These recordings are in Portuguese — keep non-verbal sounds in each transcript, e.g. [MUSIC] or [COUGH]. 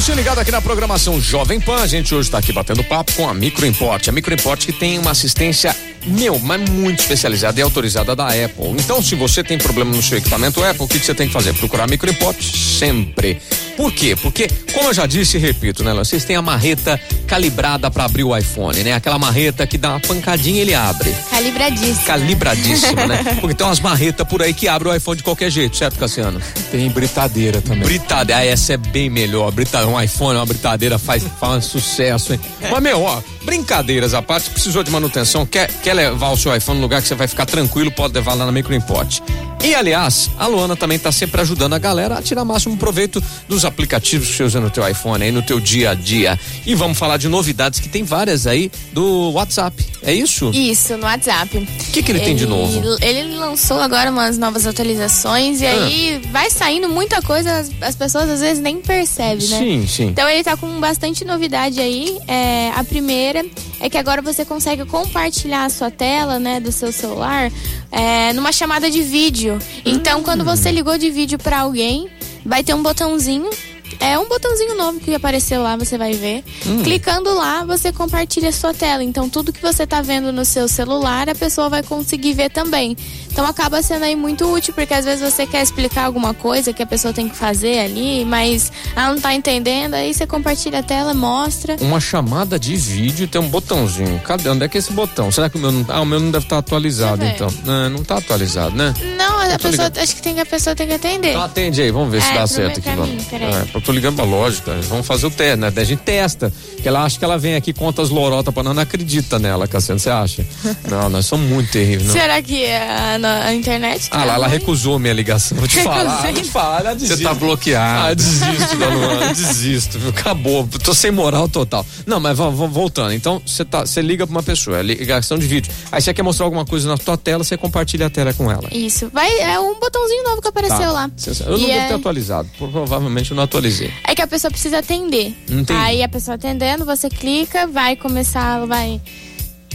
Continue ligado aqui na programação Jovem Pan. A gente hoje está aqui batendo papo com a Microimport. A Microimport que tem uma assistência, meu, mas muito especializada e autorizada da Apple. Então, se você tem problema no seu equipamento Apple, o que, que você tem que fazer? Procurar a Microimport sempre. Por quê? Porque, como eu já disse e repito, né, Lan? Vocês têm a marreta calibrada para abrir o iPhone, né? Aquela marreta que dá uma pancadinha e ele abre. Calibradíssimo. Calibradíssima, [LAUGHS] né? Porque tem umas marretas por aí que abrem o iPhone de qualquer jeito, certo, Cassiano? Tem britadeira também. Britadeira, ah, essa é bem melhor. Brita, um iPhone, uma britadeira faz, faz sucesso, hein? É. Mas, meu, ó, brincadeiras à parte, precisou de manutenção, quer, quer levar o seu iPhone no lugar que você vai ficar tranquilo, pode levar lá na Microimporte. E, aliás, a Luana também está sempre ajudando a galera a tirar máximo proveito dos aplicativos que você usa no teu iPhone aí, no teu dia a dia. E vamos falar de novidades que tem várias aí do WhatsApp, é isso? Isso, no WhatsApp. O que, que ele, tem é de novo? Ele lançou agora umas novas atualizações e Ah. aí vai saindo muita coisa, as, as pessoas às vezes nem percebem, né? Sim, sim. Então ele tá com bastante novidade aí. É, a primeira é que agora você consegue compartilhar a sua tela, né, do seu celular, é, numa chamada de vídeo. Então Hum. quando você ligou de vídeo pra alguém, vai ter um botãozinho. É um botãozinho novo que apareceu lá, você vai ver. Hum. Clicando lá, você compartilha a sua tela. Então tudo que você tá vendo no seu celular, a pessoa vai conseguir ver também. Então acaba sendo aí muito útil, porque às vezes você quer explicar alguma coisa que a pessoa tem que fazer ali, mas ela não tá entendendo, aí você compartilha a tela, mostra. Uma chamada de vídeo e tem um botãozinho. Cadê? Onde é que é esse botão? Será que o meu não, ah, o meu não deve estar atualizado, Deixa então? eu Não, não tá atualizado, né? Não, a tô pessoa, ligado. acho que tem que a pessoa tem que atender. Então atende aí, vamos ver se É, dá pro certo meu aqui. caminho, vamos. peraí. É, eu tô ligando pra lógica, vamos fazer o teste, né? Daí A gente testa, que ela acha que ela vem aqui, conta as lorotas pra nós, não acredita nela, Cassiano, você [LAUGHS] acha? não, nós somos muito terríveis, não. Será que é a, na- a internet? tá Ah lá, ela recusou minha ligação. Vou te falar. Recusei. Vou te falar, ela desiste. Você tá Ah, eu bloqueado. desisto da Luana, eu desisto, viu? Acabou, tô sem moral total. Não, mas vamos, vamos voltando. Então, você tá, você liga pra uma pessoa, é ligação de vídeo. Aí você quer mostrar alguma coisa na tua tela, você compartilha a tela com ela. Isso. Vai, é um botãozinho novo que Tá. apareceu lá. Sensa- Eu não E devo ter é- atualizado, provavelmente eu não atualizei. É que a pessoa precisa atender. Entendi. Aí a pessoa atendendo, você clica, vai começar, vai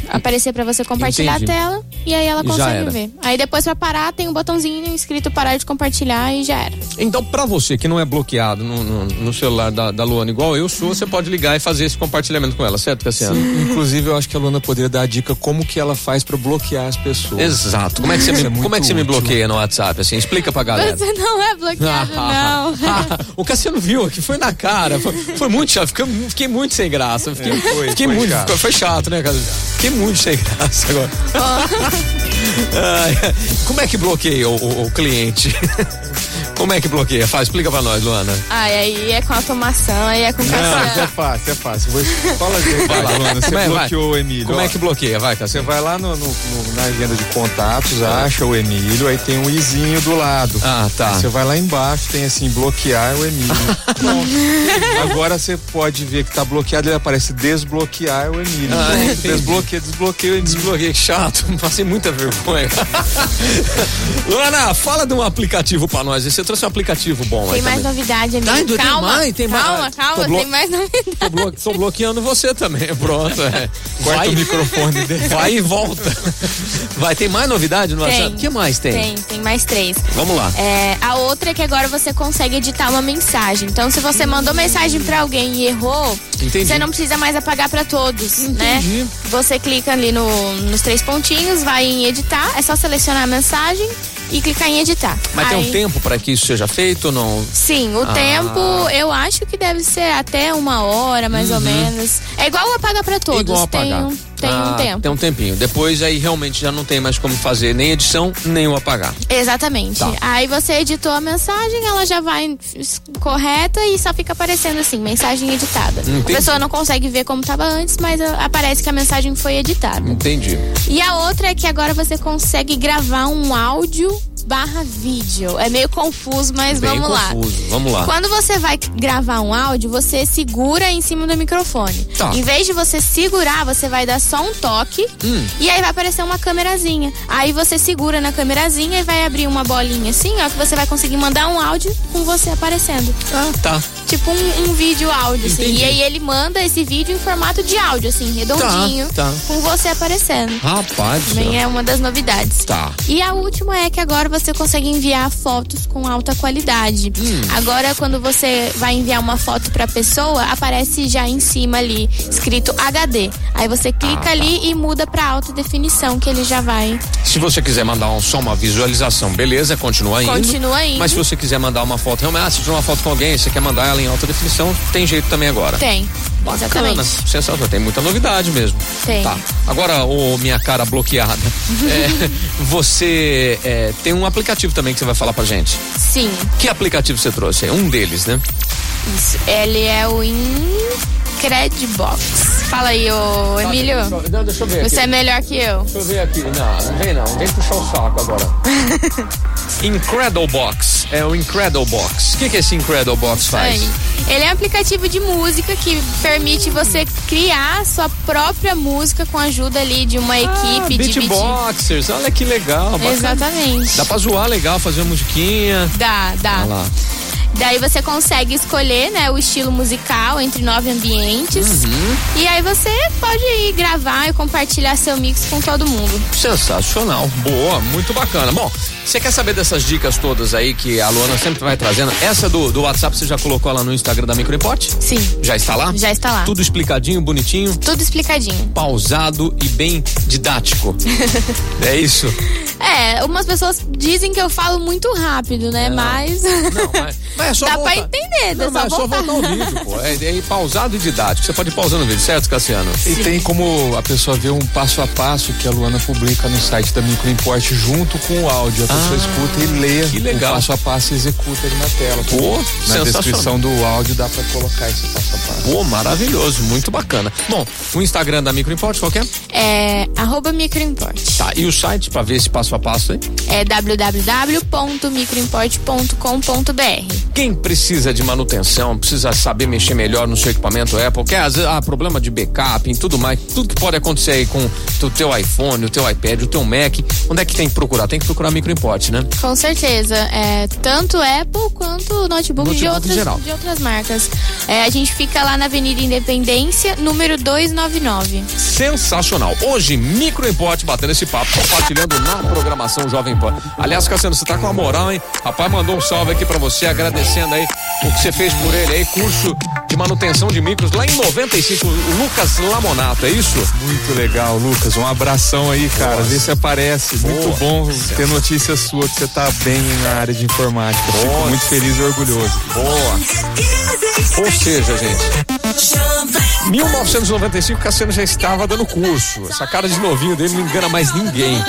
aparecer pra você compartilhar Entendi. a tela e aí ela E já era. consegue ver. Aí depois pra parar tem um botãozinho escrito parar de compartilhar e já era. Então, pra você que não é bloqueado no, no- no celular da, da Luana igual eu sou, você pode ligar e fazer esse compartilhamento com ela, certo, Cassiano? Inclusive, eu acho que a Luana poderia dar a dica como que ela faz pra bloquear as pessoas. Exato. Como é que você, me, Isso é muito como é que você me útil. bloqueia no WhatsApp? Assim, explica pra galera. Você não é [LAUGHS] bloqueado, Ah. não. o Cassiano viu aqui, foi na cara. Foi, foi muito chato. Fiquei, mu- fiquei muito sem graça. Fiquei, É, foi, fiquei foi muito. chato. Foi, foi chato, né, Cassiano? Fiquei muito sem graça [LAUGHS] agora. Ai, como é que bloqueia o, o- o cliente? Como é que bloqueia? Faz, explica pra nós, Luana. Ai, aí é com automação, aí é com Não, é Cassiano. fácil, é fácil. Vou... [LAUGHS] Fala direito, Vai lá. Luana. Você Como é, vai? bloqueou o Emílio. Como ó. é que bloqueia? Vai, Você Cassiano. vai lá no, no- no- na agenda de contatos, acha o Emílio, aí tem um izinho do lado. Ah, tá. Aí Você vai lá embaixo, tem assim, bloquear o [LAUGHS] Emílio. Pronto. Agora você pode ver que tá bloqueado, ele aparece desbloquear o Emílio. Ah, Pronto, entendi. desbloqueia, desbloqueia o Emílio. Desbloqueei, que chato, [LAUGHS] passei muita [LAUGHS] vergonha. Luana, fala de um aplicativo pra nós. Você trouxe um aplicativo bom aí Tem mais também. novidade, amigo. Ai, ainda tem calma, mais, tem mais. calma, Tô calma, blo- tem mais novidade. Tô, blo- tô bloqueando você também, [LAUGHS] pronto. É. Corta Vai- o microfone dele. Vai e volta. Vai, tem mais novidade no WhatsApp? O que mais tem? Tem, tem mais três. Vamos lá. É, a outra é que agora você consegue editar uma mensagem. Então, se você mandou mensagem pra alguém e errou, Entendi. você não precisa mais apagar pra todos, né? Você clica ali no- nos três pontinhos, vai em editar, é só selecionar a mensagem e clicar em editar. Mas tem Aí- um tempo pra que isso seja feito ou não? Sim, o Ah. tempo eu acho que deve ser até uma hora, mais ou menos. É igual o apagar pra É todos. Uhum. igual tem apagar. um, tem Ah, um tempo. Tem um tempinho. Depois aí realmente já não tem mais como fazer nem edição, nem o apagar. Exatamente. Tá. Aí você editou a mensagem, ela já vai s- correta e só fica aparecendo assim, mensagem editada. Entendi. A pessoa não consegue ver como estava antes, mas ah, aparece que a mensagem foi editada. Entendi. E a outra é que agora você consegue gravar um áudio barra vídeo. É meio confuso, mas Bem vamos lá. confuso. Vamos lá. Quando você vai gravar um áudio, você segura em cima do microfone. Tá. Em vez de você segurar, você vai dar só um toque Hum. e aí vai aparecer uma câmerazinha. Aí você segura na câmerazinha e vai abrir uma bolinha assim, ó, que você vai conseguir mandar um áudio com você aparecendo. Ah, tá. tipo um, um vídeo áudio, assim. Entendi. E aí ele manda esse vídeo em formato de áudio, assim, redondinho, tá. com você aparecendo. Rapaz, do Também céu. é uma das novidades. Tá. E a última é que agora você consegue enviar fotos com alta qualidade. Agora, quando você vai enviar uma foto pra pessoa, aparece já em cima ali, escrito HD. Aí você clica ali e muda pra alta definição, que ele já vai. Se você quiser mandar um- só uma visualização, beleza, continua indo. Continua indo. Mas se você quiser mandar uma foto, realmente, ah, se tiver uma foto com alguém, você quer mandar ela em alta definição, tem jeito também agora. Tem. Bacana, Exatamente. sensacional, tem muita novidade mesmo. Tem. Tá. Agora, ô, minha cara [LAUGHS] bloqueada, é, você é, tem um aplicativo também que você vai falar pra gente. Sim, Que aplicativo você trouxe? É um deles, né? isso. Ele é o Incredbox. Fala aí, ô Emílio. Não, deixa eu ver Você é melhor que eu. Deixa eu ver aqui. Não, não vem não. Vem puxar o saco agora. [LAUGHS] Incredible Box. É o Incredible Box. O que, que esse Incredible Box faz? Aí. Ele é um aplicativo de música que permite você criar sua própria música com a ajuda ali de uma Ah, equipe de beat. beatboxers. Olha que legal. bacana. Exatamente. Dá pra zoar legal, fazer uma musiquinha. Dá, dá. Olha lá. Daí você consegue escolher, né, o estilo musical entre nove ambientes. Uhum. E aí você pode ir gravar e compartilhar seu mix com todo mundo. Sensacional. Boa, muito bacana. Bom, você quer saber dessas dicas todas aí que a Luana sempre vai trazendo? Essa do, do WhatsApp você já colocou lá no Instagram da Microimport? Sim. Já está lá? Já está lá. Tudo explicadinho, bonitinho, Tudo explicadinho. pausado e bem [LAUGHS] didático. é isso. É, algumas pessoas dizem que eu falo muito rápido, né? Mas. É. Não, mas, mas é só [LAUGHS] Dá voltar. pra entender, Não, dá mas só é só voltar. voltar o vídeo, pô. É, é pausado e didático. Você pode ir pausando o vídeo, certo, Cassiano? E tem como a pessoa ver um passo a passo que a Luana publica no site da Microimport junto com o áudio. A pessoa escuta e lê que legal. o passo a passo e executa ali na tela. Pô, na sensacional. descrição do áudio dá pra colocar esse passo a passo. Pô, maravilhoso, muito bacana. Bom, o Instagram da Microimport, qual que é? É. Arroba microimport. Tá, e o site pra ver esse passo a passo aí? É www.microimport.com.br. Quem precisa de manutenção, precisa saber mexer melhor no seu equipamento Apple, quer às vezes, ah, problema de backup e tudo mais, tudo que pode acontecer aí com o teu iPhone, o teu iPad, o teu Mac, onde é que tem que procurar? Tem que procurar microimport, né? Com certeza. É, tanto Apple quanto notebook, Notebook de, em geral. outras, de outras marcas. É, a gente fica lá na Avenida Independência, número 299. Sensacional. Hoje, microimport batendo esse papo, compartilhando na programação Jovem Pan. Aliás, Cassiano, você tá com a moral, hein? Rapaz, mandou um salve aqui pra você, agradecendo aí o que você fez por ele aí, curso de manutenção de micros lá em 95, o Lucas Lamonato, é isso? Muito legal, Lucas. Um abração aí, cara. Vê se aparece. Muito bom ter notícia sua que você tá bem na área de informática. Fico Boa. muito feliz e orgulhoso. Boa. Ou seja, gente, 1995, Cassiano já estava dando curso. Essa cara de novinho dele não engana mais ninguém.